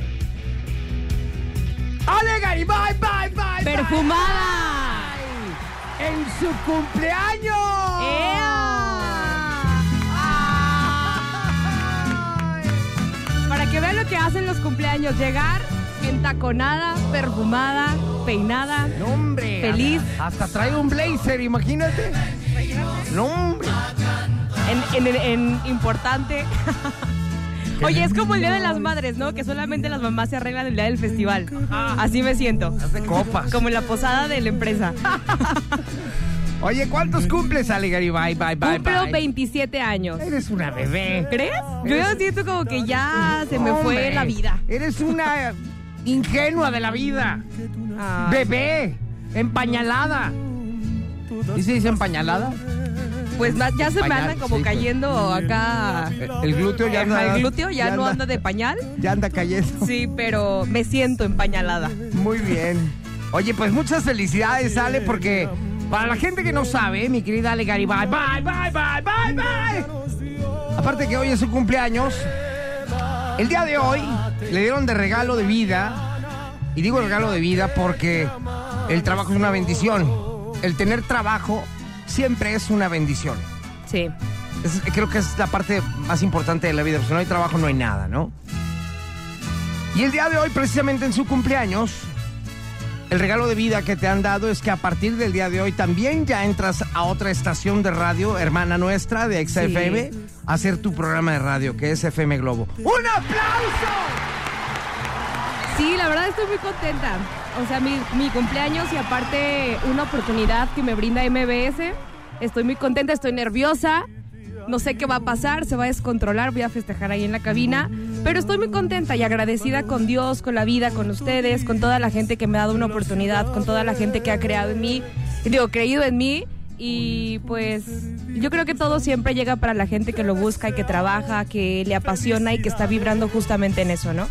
Ale Garibay, bye, bye, bye. ¡Perfumada! en su cumpleaños. ¡Ea! Para que vean lo que hacen los cumpleaños. Llegar entaconada, perfumada, peinada. No, hombre. Feliz. Hasta, hasta trae un blazer, imagínate. No, hombre. En, en- en- en importante. Oye, es como el Día de las Madres, ¿no? Que solamente las mamás se arreglan el día del festival. Así me siento. De copas. Como en la posada de la empresa. Oye, ¿cuántos cumples, Ale Garibay? Bye, bye, Cumplo bye. 27 años. Eres una bebé. ¿Crees? Yo ya siento como que ya se me fue Hombre, la vida. Eres una ingenua de la vida. Ah, Bebé. Empañalada. ¿Y se dice empañalada? pues más- ya se me Pañal, andan como sí, pues. cayendo acá. El glúteo ya anda. Ajá, El glúteo ya no anda de pañal. Ya anda cayendo. Sí, pero me siento empañalada. Muy bien. Oye, pues muchas felicidades, Ale, porque para la gente que no sabe, mi querida Ale Garibay, bye, bye, bye, bye, bye. Aparte que hoy es su cumpleaños, el día de hoy le dieron de regalo de vida, y digo regalo de vida porque el trabajo es una bendición. El tener trabajo siempre es una bendición. Sí. Es- creo que es la parte más importante de la vida. porque Si no hay trabajo, no hay nada, ¿no? Y el día de hoy, precisamente en su cumpleaños, el regalo de vida que te han dado es que a partir del día de hoy también ya entras a otra estación de radio, hermana nuestra, de Sí. XFM, a hacer tu programa de radio, que es FM Globo. ¡Un aplauso! Sí, la verdad estoy muy contenta. O sea, mi, mi cumpleaños y aparte una oportunidad que me brinda MBS. Estoy muy contenta, estoy nerviosa. No sé qué va a pasar, se va a descontrolar, voy a festejar ahí en la cabina. Pero estoy muy contenta y agradecida con Dios, con la vida, con ustedes, con toda la gente que me ha dado una oportunidad, con toda la gente que ha creado en mí, digo, creído en mí. Y pues yo creo que todo siempre llega para la gente que lo busca y que trabaja, que le apasiona y que está vibrando justamente en eso, ¿no?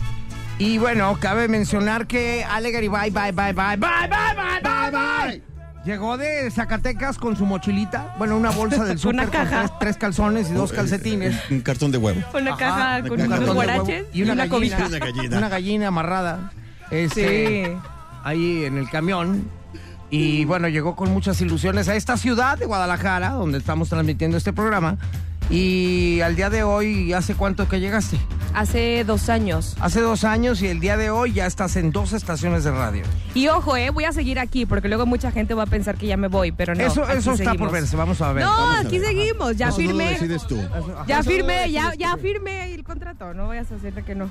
Y bueno, cabe mencionar que Ale Garibay, bye, bye, bye, bye, bye, bye, bye, bye. Llegó de Zacatecas con su mochilita, bueno, una bolsa del súper Una con caja. tres, tres calzones y dos calcetines. Un cartón de huevo. Con una Ajá, caja de con cartón unos de huevo guaraches y una, cobija. gallina, Una gallina. una gallina amarrada. Sí. Este, Ahí en el camión. Y bueno, llegó con muchas ilusiones a esta ciudad de Guadalajara, donde estamos transmitiendo este programa. Y al día de hoy, ¿hace cuánto que llegaste? Hace dos años. Hace dos años y el día de hoy ya estás en dos estaciones de radio. Y ojo, eh, voy a seguir aquí porque luego mucha gente va a pensar que ya me voy, pero no. eso aquí eso está seguimos. por verse, vamos a ver. No, Vamos a aquí ver. seguimos. Ya Eso no lo firmé. decides tú. Ajá, Ya eso no lo firmé, ya, decides ya tú. firmé el contrato. No vayas a hacer de que no.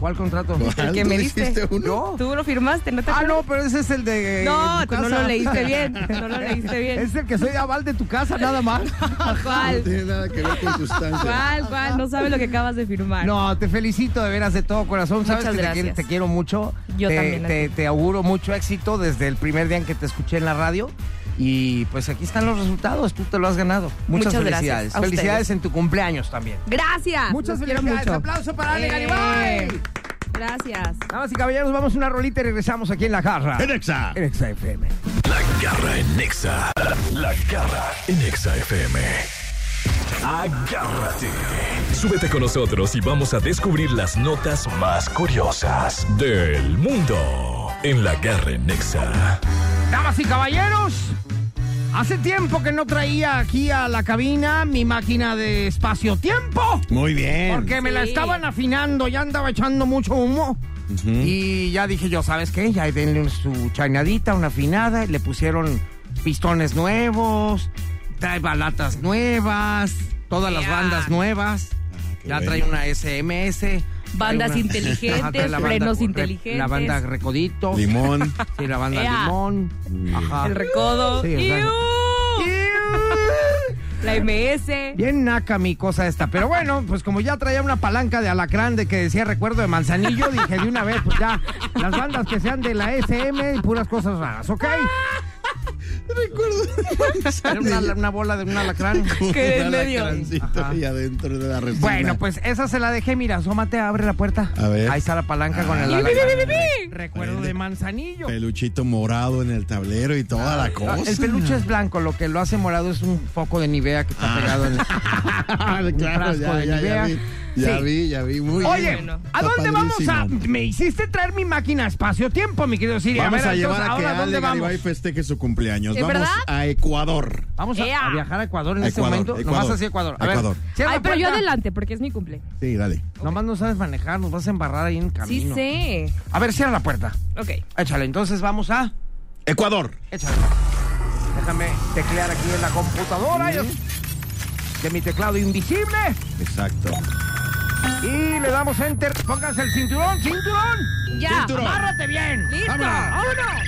¿Cuál contrato? ¿Cuál? que ¿Tú me diste. dijiste uno? No. Tú lo firmaste, ¿no te Oh. Ah, no, acuerdas? pero ese es el de. No, tu tú no casa. lo leíste bien. No lo leíste bien. Es el que soy aval de tu casa, nada más. No ¿Cuál? tiene nada que ver con sustancia. ¿Cuál? ¿Cuál? No sabes lo que acabas de firmar. No, te felicito de veras de todo corazón. Sabes Muchas que te gracias. quiero, te quiero mucho. Yo te, también a Te, ti. te auguro mucho éxito desde el primer día en que te escuché en la radio. Y pues aquí están los resultados. Tú te lo has ganado. Muchas, Muchas gracias felicidades. a ustedes. felicidades en tu cumpleaños también. Gracias. Muchas Los quiero felicidades. mucho. Aplauso para Ale Eh, Garibay. Gracias. Damas y caballeros, vamos a una rolita y regresamos aquí en La Garra. En Exa. En Exa FM. La garra en Nexa. La garra en Nexa FM. Agárrate. Súbete con nosotros y vamos a descubrir las notas más curiosas del mundo en la garra en Nexa. Damas y caballeros, hace tiempo que no traía aquí a la cabina mi máquina de espacio-tiempo. Muy bien. Porque me la Sí. estaban afinando, ya andaba echando mucho humo. Y ya dije yo, ¿sabes qué? Ya denle un- su chainadita, una afinada. y Le pusieron pistones nuevos, trae balatas nuevas, todas las Ya. bandas nuevas. Ah, qué Ya bueno. trae una SMS. Bandas trae inteligentes, trae la frenos re- inteligentes. La banda Recodito. Limón. Sí, la banda Ea. Limón. Ajá. El recodo. Ah. Sí, el ¡Iu! Iu. La MS. Bien naca mi cosa esta, pero bueno, pues como ya traía una palanca de alacrán de que decía recuerdo de manzanillo, dije de una vez, pues ya, las bandas que sean de la SM y puras cosas raras, ¿ok? Era una, una bola de un alacrán. Quedé en Un medio. alacrancito Ajá. ahí adentro de la resina. Bueno, pues esa se la dejé, mira, asómate, abre la puerta. A ver. Ahí está la palanca con el Ah. alacrán. ¡Pi! Recuerdo de manzanillo. Peluchito morado en el tablero y toda la Ah, cosa. El peluche es blanco, lo que lo hace morado es un foco de Nivea que está pegado en el... Ah, claro, frasco ya, de ya, ya Nivea. vi. Ya Sí. vi, ya vi. Muy Oye, bien. ¿a Está dónde vamos a...? padrísimo. Me hiciste traer mi máquina espacio-tiempo, mi querido Siri. Vamos ver, a, llevar entonces, a que ahora, Ale ¿dónde vamos? Garibay festeje su cumpleaños. ¿Es Vamos verdad? a Ecuador. Vamos a, ¡Ea! a viajar a Ecuador en este Ecuador, momento. Ecuador. nomás hacia Ecuador. A ver, Ecuador. cierra Ay, la pero yo puerta. adelante porque es mi cumple. Sí, dale. Nomás no sabes manejar, nos vas a embarrar ahí en el Sí camino. sé. A ver, cierra la puerta. Ok. Échale, entonces vamos a... Ecuador. Échale. Déjame teclear aquí en la computadora. yo- De mi teclado invisible. Exacto. Y le damos enter. Pónganse el cinturón, cinturón. Ya. Cinturón. Amárrate bien. ¡Listo! Vámonos. ¡Vámonos!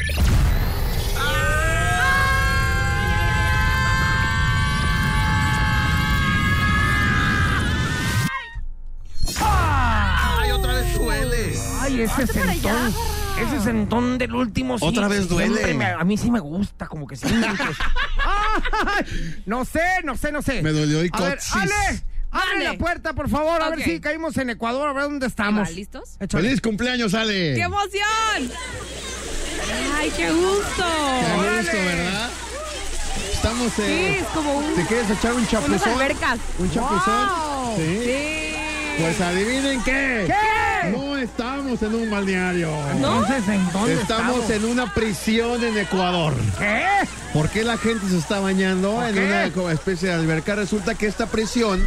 ¡Ay, otra vez duele! Ay, ese sentón. Ese sentón del último sí, Otra vez sí, duele. siempre me- a mí sí me gusta, como que siempre. Ay, no sé, no sé, no sé. Me dolió el A ver, coxis. Ale, abre Vale. la puerta, por favor, a Ok. Ah, ver si caímos en Ecuador, a ver dónde estamos. Va, ¿Listos? Échale. ¡Feliz cumpleaños, Ale! ¡Qué emoción! ¡Ay, qué gusto! Qué gusto, ¿verdad? Estamos Sí, eh, es como un, ¿Te quieres echar un unas chapuzón? albercas. ¿Un chapuzón? Wow. Sí. Pues adivinen qué. ¿Qué? No estamos en un balneario. ¿No? Entonces, ¿en dónde Estamos en una prisión en Ecuador. ¿Qué? ¿Por qué la gente se está bañando en qué? una como especie de alberca? Resulta que esta prisión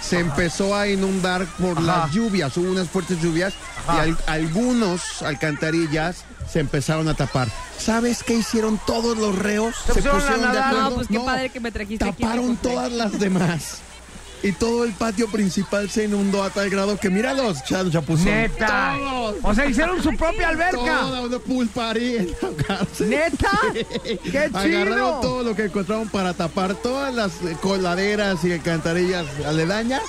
se empezó a inundar por las lluvias. Hubo unas fuertes lluvias y al- algunos alcantarillas se empezaron a tapar. ¿Sabes qué hicieron todos los reos? Se, pusieron a nadar. No, pues qué padre que me trajiste aquí, Taparon me compré. todas las demás. Y todo el patio principal se inundó a tal grado que mira los cha- chapuzón. Neta. Todos. O sea, hicieron su propia alberca. Toda una pool party en la cárcel. ¿Neta? ¡Qué Agarraron chido! todo lo que encontraron para tapar todas las eh, coladeras y alcantarillas aledañas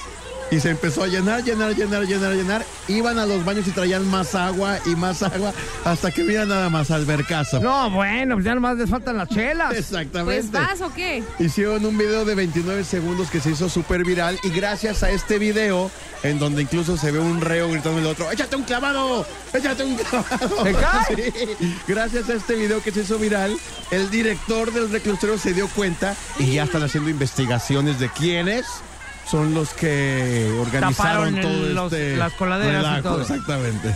Y se empezó a llenar, llenar, llenar, llenar, llenar. Iban a los baños y traían más agua y más agua hasta que mira nada más albercaza. No, bueno, pues ya nomás les faltan las chelas. Exactamente. Pues vas o qué? Hicieron un video de 29 segundos que se hizo súper viral y gracias a este video, en donde incluso se ve un reo gritando el otro, ¡échate un clavado! ¡échate un clavado! ¿Se cae? Sí. Gracias a este video que se hizo viral, el director del reclusorio se dio cuenta y ya están haciendo investigaciones de quiénes son los que Taparon organizaron el- todo los- este las coladeras y relajo, todo. Ah, Exactamente.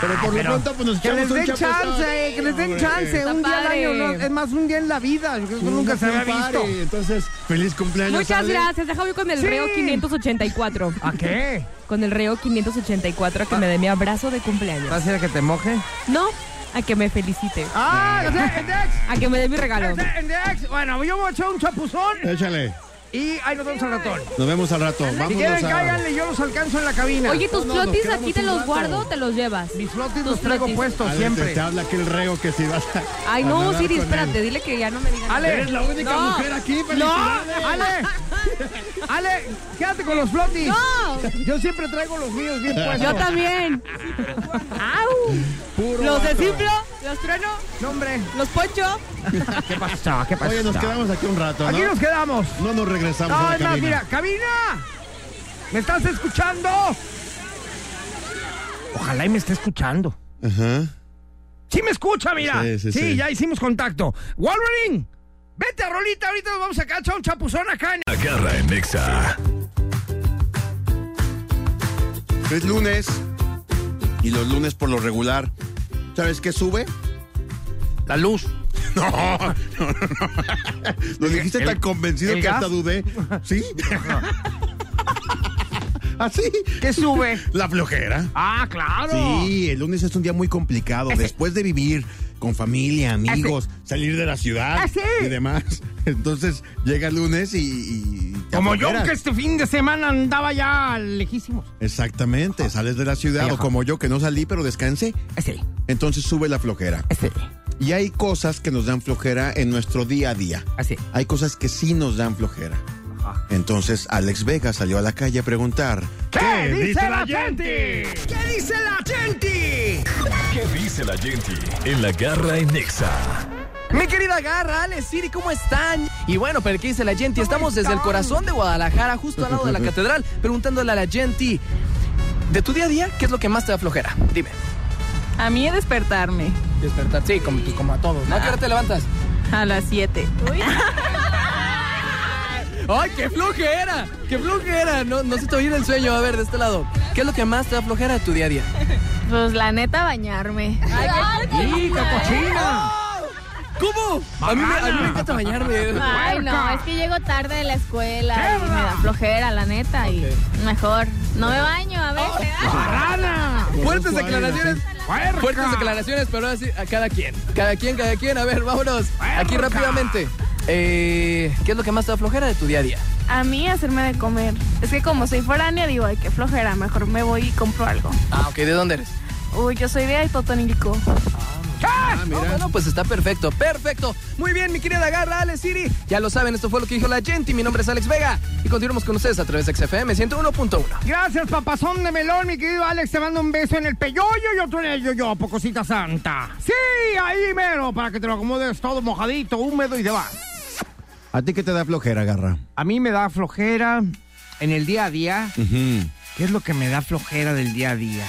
Pero por pero lo pronto, pues nos Que echamos les un den chapuzón, chance, eh, que les den hombre. chance. Un día al padre. año, no, es más, un día en la vida. Yo creo que nunca se había visto. Party. Entonces, feliz cumpleaños. Muchas Ale. gracias. Déjame con el Sí. Ah, reo 584. ¿A qué? Con el reo 584 a que me dé mi abrazo de cumpleaños. ¿Vas a ir a que te moje? No, a que me felicite. ¡Ah! ¡Next! A que me dé mi regalo. ¡Next! Bueno, yo voy a echar un chapuzón Échale. y ahí nos vemos al ratón. Nos vemos al rato. Vámonos Si quieren, a- cáiganle, yo los alcanzo en la cabina. Oye, tus No, no, nos flotis quedamos aquí te un los rato. guardo o te los llevas. mis flotis tus los traigo flotis. puestos Ale, Te, siempre. te habla aquel reo que si vas a. Ay, a no, nadar Siri, con espérate, él. dile que ya no me digan. Ale. Eres la única No. mujer aquí, ¡No! felicidades. ¡Ale! ¡Ale! ¡Quédate con los flotis! ¡No! Yo siempre traigo los míos bien puestos. Yo también. ¡Au! Puro Los vato. desinflo, los trueno, No, hombre. los poncho. ¿Qué pasó? ¿Qué pasó? Oye, nos quedamos aquí un rato, Pues ¿no? Aquí nos quedamos. No nos regresamos No, a la es más, cabina. mira, cabina. ¿Me estás escuchando? Ojalá y me esté escuchando. Ajá. Sí me escucha, mira. Sí, sí, sí. ya hicimos contacto. Wolverine, vete a Rolita, ahorita nos vamos acá a echar un chapuzón acá. en- Agarra en Nexa. Es lunes y los lunes por lo regular, ¿sabes qué sube? La luz. No, no, no. Lo dijiste el- tan convencido el que gas? hasta dudé. ¿Sí? ¿Así? ¿Qué sube? La flojera. Ah, claro. Sí, el lunes es un día muy complicado. Después de vivir con familia, amigos, salir de la ciudad Ese. y demás. Entonces llega el lunes y. y te Como yo aflojeras. que este fin de semana andaba ya lejísimos. Ah. Exactamente, sales de la ciudad Ajá. o como yo que no salí pero descansé, Este, entonces sube la flojera. este, Y hay cosas que nos dan flojera en nuestro día a día. así. Hay cosas que sí nos dan flojera. Ajá. Entonces Alex Vega salió a la calle a preguntar. ¿Qué dice la gente? ¿Qué dice la gente? ¿Qué dice la gente en la garra en Nexa? Mi querida Garra, Alex, Siri, ¿cómo están? Y bueno, pero ¿qué dice la gente? Estamos desde el corazón de Guadalajara, justo al lado de la catedral, preguntándole a la gente, de tu día a día, ¿qué es lo que más te da flojera? Dime. A mí es despertarme Despertar, sí, como, pues, como a todos. ¿no? ¿A qué hora te levantas? a las 7. ¡Ay, qué flojera! ¡Qué flojera! No, no se te viene el sueño. A ver, de este lado, ¿qué es lo que más te da flojera de tu día a día? Pues la neta, bañarme. ¡Chica cochina! ¿Cómo? A mí, me, a mí me encanta bañarme. Ay, no, es que llego tarde de la escuela ¿Eh? y me da flojera, la neta. Y mejor, no me baño Oh. a veces. ¡Rana! Fuertes declaraciones. Fuertes declaraciones, pero ahora sí, a cada quien. Cada quien, cada quien. A ver, vámonos. Aquí Puerca. rápidamente. Eh, ¿Qué es lo que más te da flojera de tu día a día? A mí hacerme de comer. Es que como soy foránea, digo, ay, qué flojera, mejor me voy y compro algo. Ah, ok, ¿de dónde eres? Uy, yo soy de Aitotonilco. Ah, bueno, pues está perfecto, perfecto. Muy bien, mi querida Garra, Alex Siri. Ya lo saben, esto fue lo que dijo la gente. Mi nombre es Alex Vega. Y continuamos con ustedes a través de XFM 101.1. Gracias, papazón de melón, mi querido Alex. Te mando un beso en el peyoyo y otro en el yoyo, pocosita santa. Sí, ahí mero, para que te lo acomodes todo mojadito, húmedo y demás. ¿A ti qué te da flojera, Garra? A mí me da flojera en el día a día. ¿Qué es lo que me da flojera del día a día?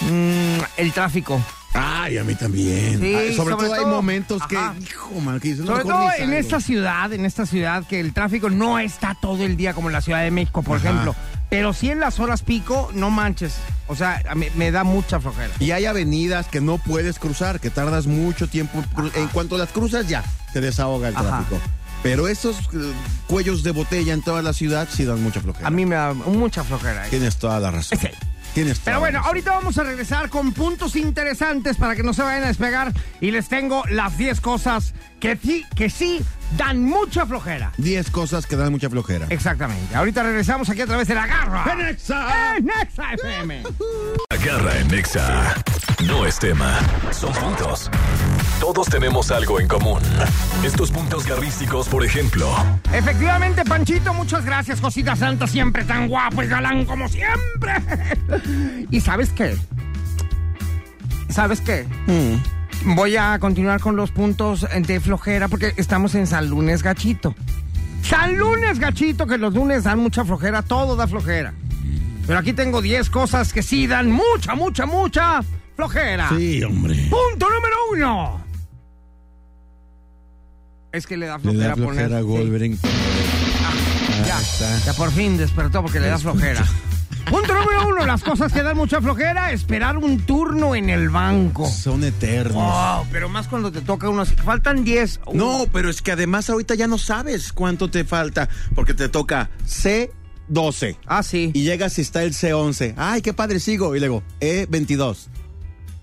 Mm, el tráfico. Ay, a mí también. Sí, Ay, sobre, sobre todo, hay todo. momentos Ajá. que, hijo, man, que dices, no, Sobre mejor ni todo en salgo. esta ciudad, en esta ciudad que el tráfico no está todo el día como en la Ciudad de México, por Ajá. ejemplo. Pero sí en las horas pico, no manches. O sea, a mí- me da mucha flojera. Y hay avenidas que no puedes cruzar, que tardas mucho tiempo. en cru- En cuanto las cruzas, ya se desahoga el Ajá. tráfico. Pero esos eh, cuellos de botella en toda la ciudad sí dan mucha flojera. A mí me da mucha flojera. Tienes toda la razón. Sí. Tienes toda Pero bueno, la razón. ahorita vamos a regresar con puntos interesantes para que no se vayan a despegar. Y les tengo las 10 cosas que sí, que sí dan mucha flojera. 10 cosas que dan mucha flojera. Exactamente. Ahorita regresamos aquí a través de la garra. En Exa. En Exa FM. Agarra en Nexa. No es tema, son puntos. Todos tenemos algo en común. Estos puntos garrísticos, por ejemplo. Efectivamente, Panchito, muchas gracias, Cosita Santa, siempre tan guapo y galán como siempre. ¿Y sabes qué? ¿Sabes qué? Mm. Voy a continuar con los puntos de flojera porque estamos en San Lunes Gachito. San Lunes Gachito, que los lunes dan mucha flojera, todo da flojera. Pero aquí tengo 10 cosas que sí dan mucha, mucha, mucha flojera. Sí, hombre. Punto número uno. Es que le da Le flojera, da flojera a poner. sí. Goldberg. Ya, está. ya por fin despertó porque le da flojera. Punto número uno, las cosas que dan mucha flojera, esperar un turno en el banco. Son eternos. Wow, pero más cuando te toca uno así, faltan 10. Uh, No, pero es que además ahorita ya no sabes cuánto te falta porque te toca C12. Ah, sí. Y llegas y está el C11. Ay, qué padre, sigo. Y E luego E22.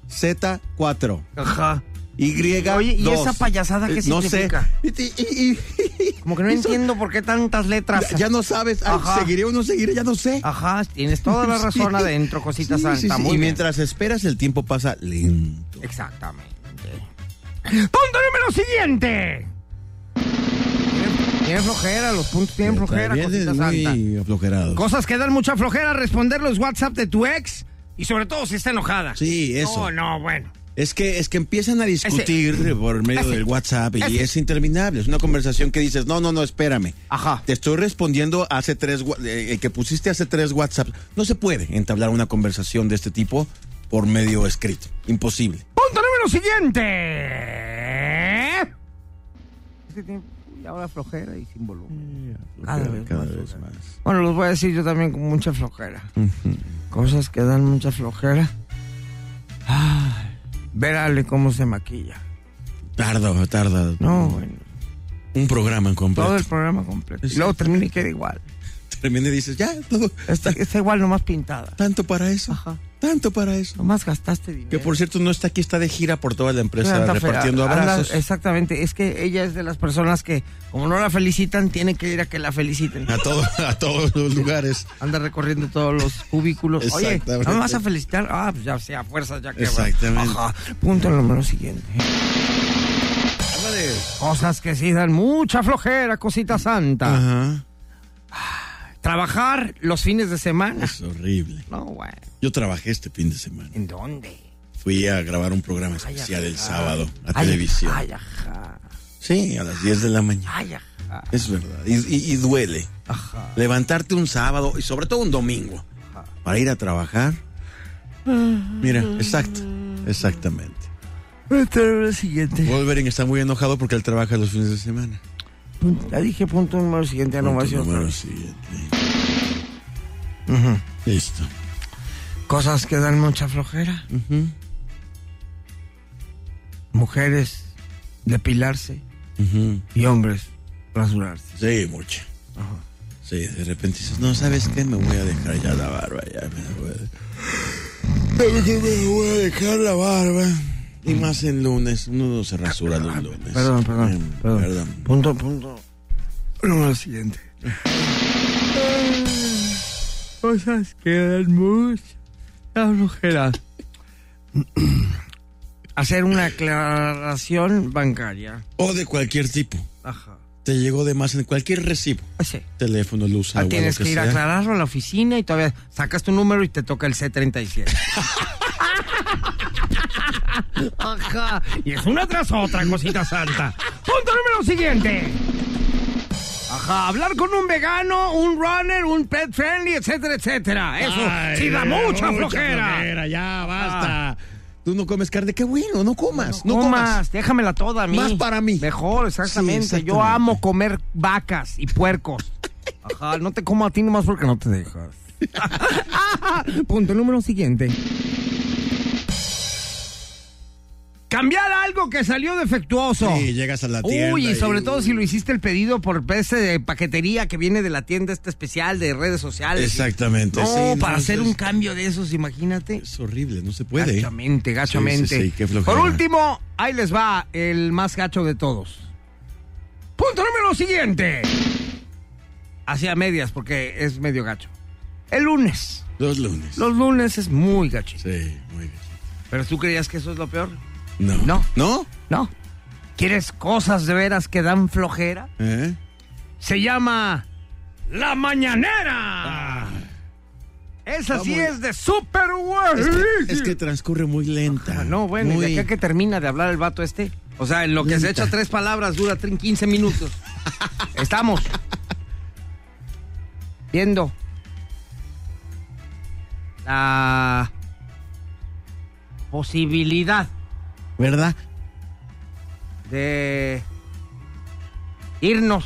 Z4. Ajá. Y Eh, Oye, ¿y esa payasada qué significa? No sé. Y- y- y- Como que no y son- entiendo por qué tantas letras. Ya, ya no sabes. Ay, Ajá. ¿Seguiré o no seguiré? Ya no sé. Ajá, tienes toda la razón Sí. adentro, cosita Sí, santa. sí, sí. Muy Y bien. mientras esperas, el tiempo pasa lento. Exactamente. Punto número siguiente. Tienen- Tienen flojera, los puntos tienen flojera, Vienes cosita muy santa. aflojerado. Cosas que dan mucha flojera responder los WhatsApp de tu ex y sobre todo si está enojada. Oh, Sí, eso. No, no, bueno. Es que, es que empiezan a discutir por medio Ese. del WhatsApp y Ese. es interminable. Es una conversación que dices, no, no, no, espérame. Ajá. Te estoy respondiendo hace tres, wa- eh, el que pusiste hace tres WhatsApp. No se puede entablar una conversación de este tipo por medio escrito. Imposible. Punto número siguiente. Este tiene ahora flojera y sin volumen. Cada vez Cada más vez flojera. más. Bueno, los voy a decir yo también con mucha flojera. Cosas que dan mucha flojera. Ay, ver a Ale cómo se maquilla. Tarda, tarda. No, bueno. Un programa en Todo el completo. programa completo. Y Sí. luego termina y queda igual. Termina y dices, ya, todo. Está, ta- está igual, nomás pintada. Tanto para eso. Ajá. Tanto para eso. Nomás gastaste dinero. Que por cierto no está aquí, está de gira por toda la empresa Anda fea. repartiendo Anda- eh. abrazos. exactamente. Es que ella es de las personas que, como no la felicitan, tiene que ir a que la feliciten. A, todo- a todos los lugares. Anda recorriendo todos los cubículos. Oye, ¿no Exactamente. me vas a felicitar? Ah, pues ya sea, fuerza, ya que va. Exactamente. Ajá. Punto número siguiente. Cosas que sí dan mucha flojera, cosita santa. Ajá. Trabajar los fines de semana. Es horrible. No, bueno. Yo trabajé este fin de semana. ¿En dónde? Fui a grabar un programa especial el sábado a Ay, televisión. Ay, ajá. Sí, a las 10 de la mañana. Ay, ajá. Es verdad. Y, y- y duele. Ajá. Levantarte un sábado y sobre todo un domingo para ir a trabajar. Mira, exacto. Exactamente. Punto número siguiente. Wolverine está muy enojado porque él trabaja los fines de semana. Punto- Ya dije punto número siguiente, ya no voy a decir Punto otra número vez. siguiente. Listo. Cosas que dan mucha flojera. Mujeres depilarse Ujú. y hombres rasurarse. Sí, mucho. Sí, de repente dices, no, ¿sabes qué? Me voy a dejar ya la barba, ya me la voy a dejar. A lo mejor me voy a dejar la barba. Y más en lunes, uno no se rasura los lunes. Perdón, perdón, Eh, perdón. perdón. Punto, punto. Número siguiente. Cosas que dan mucha flojera. Hacer una aclaración bancaria. O de cualquier tipo. Ajá. Te llegó de más en cualquier recibo. Ah, Sí. Teléfono, luz, Ah, agua, tienes lo que ir a sea. aclararlo a la oficina y todavía sacas tu número y te toca el C37. Ajá. Y es una tras otra, cosita santa. Punto número siguiente. Ajá, hablar con un vegano, un runner, un pet friendly, etcétera, etcétera. Eso Ay, sí da mucha, flojera. Ah. Ya, basta. Tú no comes carne, qué bueno, no comas, no, No comas. más, déjamela toda a mí. Más para mí. Mejor, exactamente. Sí, exactamente. Yo amo comer vacas y puercos. Ajá, no te como a ti nomás porque no te dejas. Punto número siguiente. Cambiar algo que salió defectuoso. Sí, llegas a la tienda. Uy, y sobre todo si lo hiciste el pedido por PC de paquetería que viene de la tienda esta especial de redes sociales. Exactamente. No, sí, no, para es- hacer un cambio de esos, imagínate. Es horrible, no se puede. ¿eh? Gachamente, gachamente. Sí, sí, sí, qué flojera. Por último, ahí les va el más gacho de todos. Punto número siguiente. Hacia medias, porque es medio gacho. El lunes. Los lunes. Los lunes es muy gacho. Sí, muy bien. ¿Pero tú creías que eso es lo peor? No. No. ¿No? No. ¿Quieres cosas de veras que dan flojera? ¿Eh? Se llama La Ah. Mañanera. Esa sí muy- es de Super World. Es que, es que transcurre muy lenta. Ah, No, bueno, Muy- y de acá que termina de hablar el vato este. O sea, en lo que se Lenta. echa tres palabras dura trin- 15 minutos. Estamos. Viendo. La posibilidad ¿Verdad? de irnos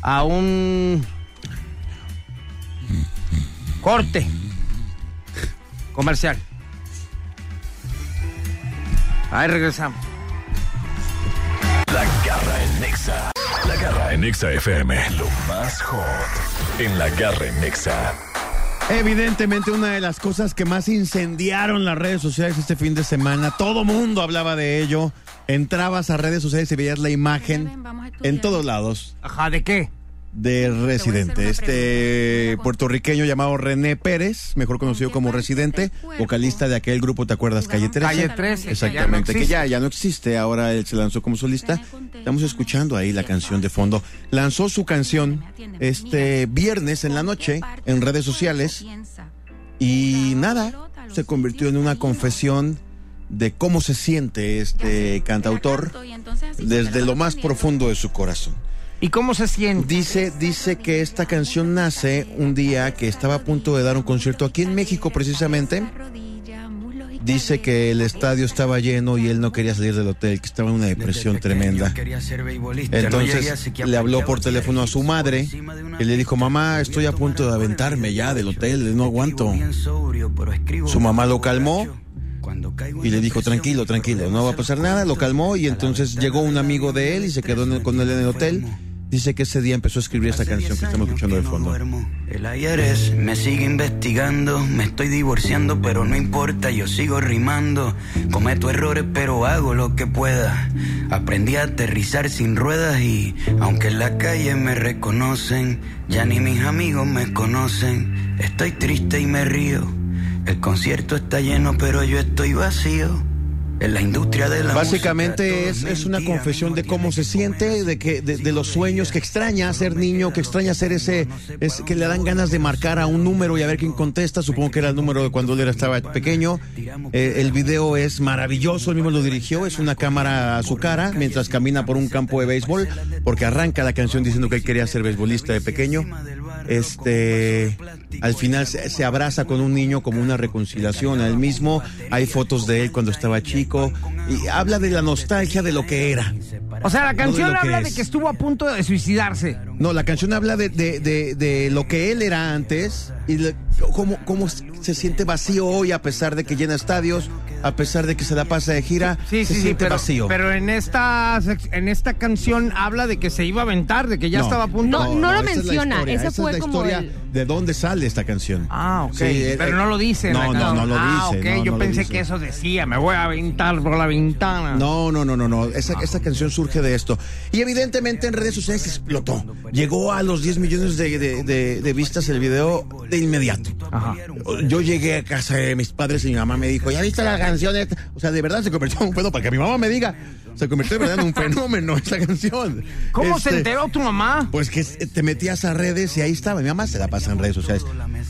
a un corte comercial. Ahí regresamos. La garra en Nexa. La garra en Nexa FM. Lo más hot en la garra en Nexa. Evidentemente una de las cosas que más incendiaron las redes sociales este fin de semana, todo mundo hablaba de ello, entrabas a redes sociales y veías la imagen en todos lados Ajá, ¿de qué? de Residente, este puertorriqueño llamado René Pérez, mejor conocido como Residente, vocalista de aquel grupo, ¿te acuerdas? Calle 13. Calle 13. Exactamente, que existe. ya, ya no existe, ahora él se lanzó como solista. Estamos escuchando ahí la canción de fondo. Lanzó su canción este viernes en la noche en redes sociales y nada, se convirtió en una confesión de cómo se siente este cantautor desde lo más profundo de su corazón. ¿Y cómo se siente? Dice, dice que esta canción nace un día que estaba a punto de dar un concierto aquí en México precisamente. Dice que el estadio estaba lleno y él no quería salir del hotel, que estaba en una depresión tremenda. Entonces le habló por teléfono a su madre y le dijo, mamá, estoy a punto de aventarme ya del hotel, no aguanto. Su mamá lo calmó y le dijo, tranquilo, tranquilo, no va a pasar nada, lo calmó y entonces llegó un amigo de él y se quedó en el- con él en el hotel. Dice que ese día empezó a escribir esta canción que estamos escuchando de fondo. El ayer es, me sigue investigando, me estoy divorciando, pero no importa, yo sigo rimando. Cometo errores, pero hago lo que pueda. Aprendí a aterrizar sin ruedas y, aunque en la calle me reconocen, ya ni mis amigos me conocen. Estoy triste y me río. El concierto está lleno, pero yo estoy vacío. En la industria de la Básicamente música, es, todo es una mentira, confesión mismo de cómo tiene se que siente, comer. de que de, de los sueños que extraña ser niño, que extraña ser ese, es que le dan ganas de marcar a un número y a ver quién contesta. Supongo que era el número de cuando él era- estaba pequeño. Eh, el video es maravilloso, él mismo lo dirigió, es una cámara a su cara mientras camina por un campo de béisbol, porque arranca la canción diciendo que él quería ser beisbolista de pequeño. Este, al final se, se abraza con un niño como una reconciliación a él mismo. Hay fotos de él cuando estaba chico y habla de la nostalgia de lo que era. O sea, la canción lo que habla de es. que estuvo a punto de suicidarse. No, la canción habla de, de- de- de lo que él era antes y le- cómo, cómo se siente vacío hoy a pesar de que llena estadios, a pesar de que se la pasa de gira, Sí, se sí, sí, siente pero, vacío. pero en esta sec- en esta canción habla de que se iba a aventar, de que ya No, estaba a punto. No, no lo esa es la menciona, historia, ese esa es fue la como historia el- de dónde sale esta canción. Ah, ok. Sí, eh, pero eh, no lo dice. en la No, no, canción. no lo dice. Ah, ok. Yo no, no lo pensé dice. que eso decía, me voy a aventar por la ventana. No, no, no, no, no. Esa, esa canción surge de esto. Y evidentemente en redes sociales explotó. Llegó a los 10 millones de, de- de- de vistas el video de inmediato. Ajá. Yo llegué a casa de mis padres y mi mamá me dijo, ¿ya viste la canción? esta?" O sea, de verdad se convirtió en un fenómeno. Para que mi mamá me diga, se convirtió de verdad en un fenómeno esa canción. ¿Cómo se Este, enteró tu mamá? Pues que te metías a redes y ahí estaba. Mi mamá se la pasa en redes sociales.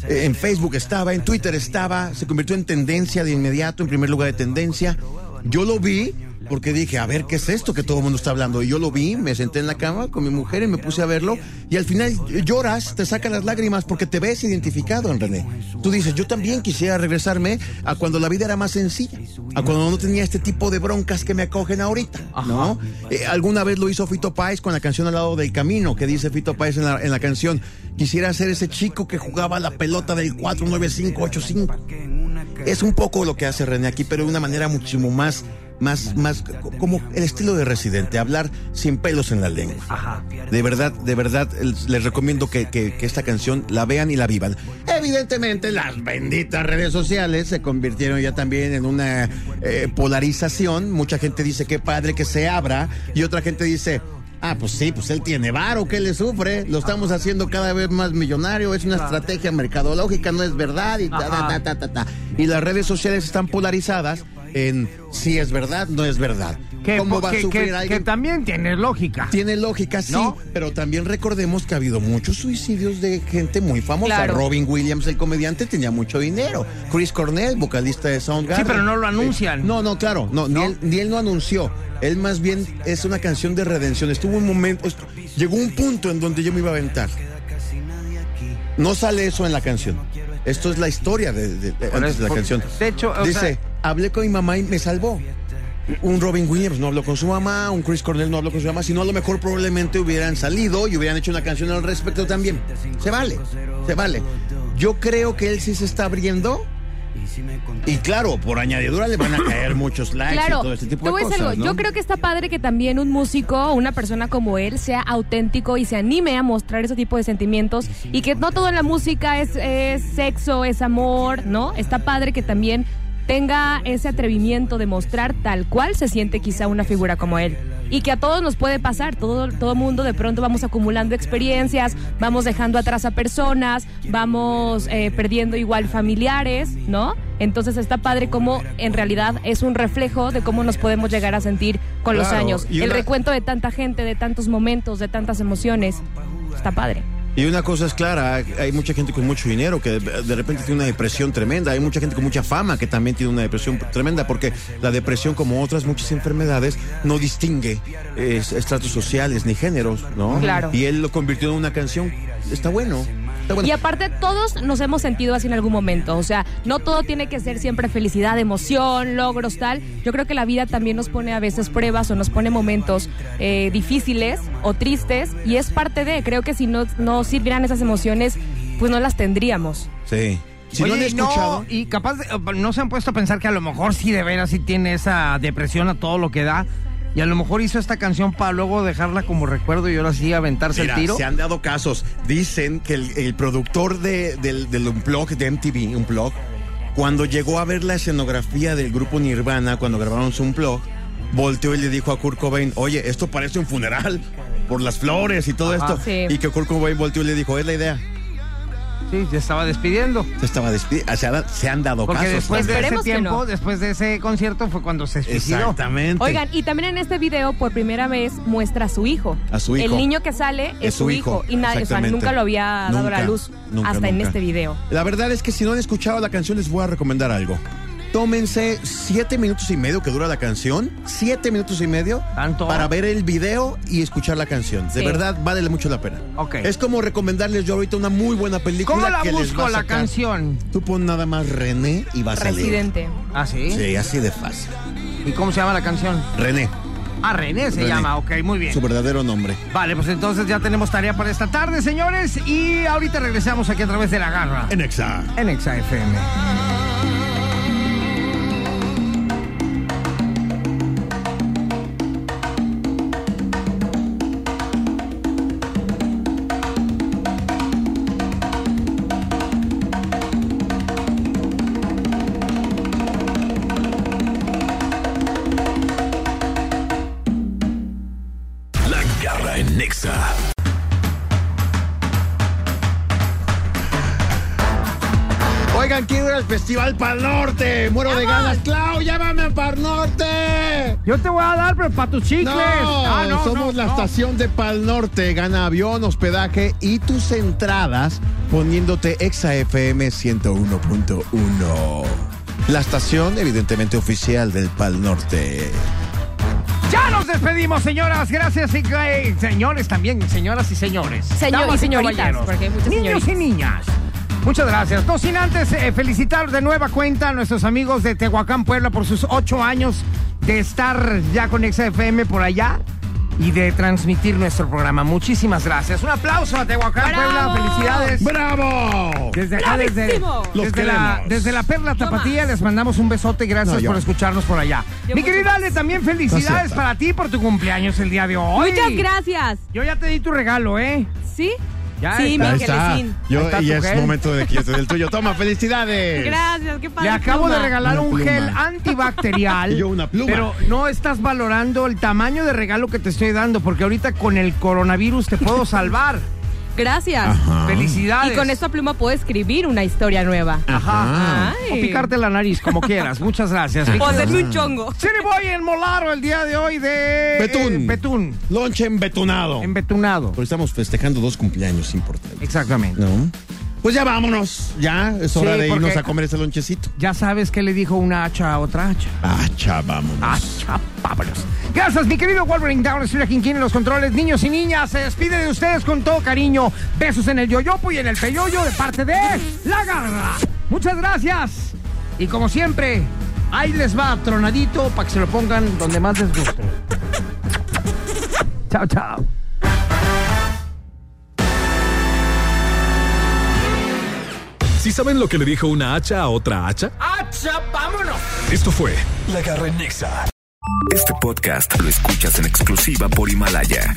Eh, En Facebook estaba, en Twitter estaba. Se convirtió en tendencia de inmediato, en primer lugar de tendencia. Yo lo vi porque dije, a ver, ¿qué es esto que todo el mundo está hablando? Y yo lo vi, me senté en la cama con mi mujer y me puse a verlo. Y al final lloras, te sacan las lágrimas porque te ves identificado en René. Tú dices, yo también quisiera regresarme a cuando la vida era más sencilla, a cuando no tenía este tipo de broncas que me acogen ahorita, ¿no? Eh, alguna vez lo hizo Fito Páez con la canción Al lado del camino, que dice Fito Páez en la, en la canción, quisiera ser ese chico que jugaba la pelota del 49585. Es un poco lo que hace René aquí, pero de una manera muchísimo más, más, más, co- como el estilo de residente, hablar sin pelos en la lengua. De verdad, de verdad, el- les recomiendo que, que- que esta canción la vean y la vivan. Evidentemente, las benditas redes sociales se convirtieron ya también en una eh, polarización. Mucha gente dice que padre que se abra y otra gente dice, Ah, pues sí, pues él tiene varo, ¿qué le sufre? Lo estamos haciendo cada vez más millonario, es una estrategia mercadológica, no es verdad, y ta, ta, ta, ta, ta, ta. Y las redes sociales están polarizadas en si es verdad, no es verdad. Que, ¿Cómo va a que- sufrir que- que alguien? también tiene lógica. Tiene lógica, sí, ¿No? pero también recordemos que ha habido muchos suicidios de gente muy famosa. Claro. Robin Williams, el comediante, tenía mucho dinero. Chris Cornell, vocalista de Soundgarden. Sí, pero no lo anuncian. Eh, No, no, claro, no, Ni, él, ni él lo anunció. Él más bien es una canción de redención. Estuvo un momento, est- llegó un punto en donde yo me iba a aventar. No sale eso en la canción. Esto es la historia de, de- de- antes de la por- canción. de hecho, o dice, sea- hablé con mi mamá y me salvó. Un Robin Williams no habló con su mamá, un Chris Cornell no habló con su mamá, sino a lo mejor probablemente hubieran salido y hubieran hecho una canción al respecto también. Se vale, se vale. Yo creo que él sí se está abriendo. Y claro, por añadidura le van a caer muchos likes y Claro, todo este tipo te de voy a cosas. decir algo. ¿no? Yo creo que está padre que también un músico o una persona como él sea auténtico y se anime a mostrar ese tipo de sentimientos y que no todo en la música es, es sexo, es amor, ¿no? Está padre que también tenga ese atrevimiento de mostrar tal cual se siente quizá una figura como él. Y que a todos nos puede pasar, todo, todo mundo de pronto vamos acumulando experiencias, vamos dejando atrás a personas, vamos eh, perdiendo igual familiares, ¿no? Entonces está padre cómo en realidad es un reflejo de cómo nos podemos llegar a sentir con los Claro, años. y El una- recuento de tanta gente, de tantos momentos, de tantas emociones. Está padre. Y una cosa es clara, hay mucha gente con mucho dinero que de repente tiene una depresión tremenda, hay mucha gente con mucha fama que también tiene una depresión tremenda, porque la depresión, como otras muchas enfermedades, no distingue eh, estratos sociales ni géneros, ¿no? Claro. Y él lo convirtió en una canción, está bueno, está bueno. Y aparte todos nos hemos sentido así en algún momento, o sea, no todo tiene que ser siempre felicidad, emoción, logros, tal. Yo creo que la vida también nos pone a veces pruebas o nos pone momentos eh, difíciles o tristes y es parte de, creo que si no, no sirvieran esas emociones, pues no las tendríamos. Sí. Si no han Oye, y no, escuchado, y capaz de- eh, no se han puesto a pensar que a lo mejor sí de veras sí tiene esa depresión a todo lo que da. Y a lo mejor hizo esta canción para luego dejarla como recuerdo y ahora sí aventarse Mira, el tiro. se han dado casos. Dicen que el, el productor de, del, del Unplug, de MTV, Unplug, cuando llegó a ver la escenografía del grupo Nirvana, cuando grabaron su Unplug, volteó y le dijo a Kurt Cobain, oye, esto parece un funeral por las flores y todo esto. Sí. Y que Kurt Cobain volteó y le dijo, es la idea. Sí, se estaba despidiendo. Se estaba despidiendo. Se, ha- se han dado Porque casos. después de ese Esperemos que tiempo, no. después de ese concierto fue cuando se suicidó. Exactamente. Oigan, y también en este video por primera vez muestra a su hijo. A su hijo. El niño que sale es, su hijo, y nadie, o sea, exactamente. nunca lo había dado Nunca, la luz nunca, hasta en nunca. este video. La verdad es que si no han escuchado la canción les voy a recomendar algo. Tómense siete minutos y medio que dura la canción, siete minutos y medio ¿Tanto? para ver el video y escuchar la canción. De Sí. verdad vale mucho la pena. Ok. Es como recomendarles yo ahorita una muy buena película. ¿Cómo la que les va busco a la sacar. canción? Tú pon nada más René y vas Residente. ¿Ah, sí? a leer. Sí, así de fácil. ¿Y cómo se llama la canción? René, Ah, René se René. llama, ok, muy bien. su verdadero nombre. Vale, pues entonces ya tenemos tarea para esta tarde, señores, y ahorita regresamos aquí a través de la garra. En Exa. En Exa FM. La garra en Nexa. Oigan, quiero ir al Festival Pal Norte. Muero de ganas. Clau, llámame a Pal Norte. Yo te voy a dar, pero para tus chicles. No, Ah, no, no, somos la no. estación de Pal Norte. Gana avión, hospedaje y tus entradas poniéndote Exa FM 101.1. La estación, evidentemente, oficial del Pal Norte. Ya nos despedimos, señoras. Gracias, y, eh, señores también, señoras y señores. Señor- Damas y señoritas, caballeros. porque hay muchas Niños y señoritas. niñas. Muchas gracias. No sin antes eh, felicitar de nueva cuenta a nuestros amigos de Tehuacán, Puebla, por sus ocho años de estar ya con XFM por allá y de transmitir nuestro programa. Muchísimas gracias. Un aplauso a Tehuacán, ¡Bravo! Puebla. Felicidades. ¡Bravo! Desde acá, desde, ¡Bravísimo! desde Los la, queremos. desde la Perla Tapatía, les mandamos un besote y gracias No, yo- por escucharnos por allá. Yo Mi muchas querida Ale, también felicidades Gracias. para ti por tu cumpleaños el día de hoy. Muchas gracias. Yo ya te di tu regalo, ¿eh? ¿Sí? Ya Sí, está. mi Ahí está. angelecín. Yo, Ahí está y tu ya es gel. momento de que yo te dé el tuyo. Toma, felicidades. Gracias, qué Pues, Le padre. acabo pluma. de regalar Una un pluma. gel antibacterial. Y yo una pluma. Pero no estás valorando el tamaño de regalo que te estoy dando, porque ahorita con el coronavirus te puedo salvar. Gracias. Ajá. Felicidades. Y con esta pluma puedo escribir una historia nueva. Ah. Ajá. Ay. O picarte la nariz, como quieras. Muchas gracias. Vicky. O hacerme un chongo. City Boy en Molaro el día de hoy de. Betún. eh, Betún. Lonche embetunado. Em- Embetunado. Porque estamos festejando dos cumpleaños importantes. Exactamente. ¿No? Pues ya vámonos. Ya es hora Sí, de porque- irnos a comer ese lonchecito. Ya sabes qué le dijo una hacha a otra hacha. Hacha, vámonos. Hacha, vámonos. Gracias, mi querido Wolverine Down, Estrella Quinquín en los controles. Niños y niñas, se despide de ustedes con todo cariño. Besos en el yoyopo y en el peyoyo de parte de La Garra. Muchas gracias. Y como siempre, ahí les va tronadito para que se lo pongan donde más les guste. chao, chao. Si saben lo que le dijo una hacha a otra hacha? ¡Hacha, vámonos! Esto fue La Garra en Nexa. Este podcast lo escuchas en exclusiva por Himalaya.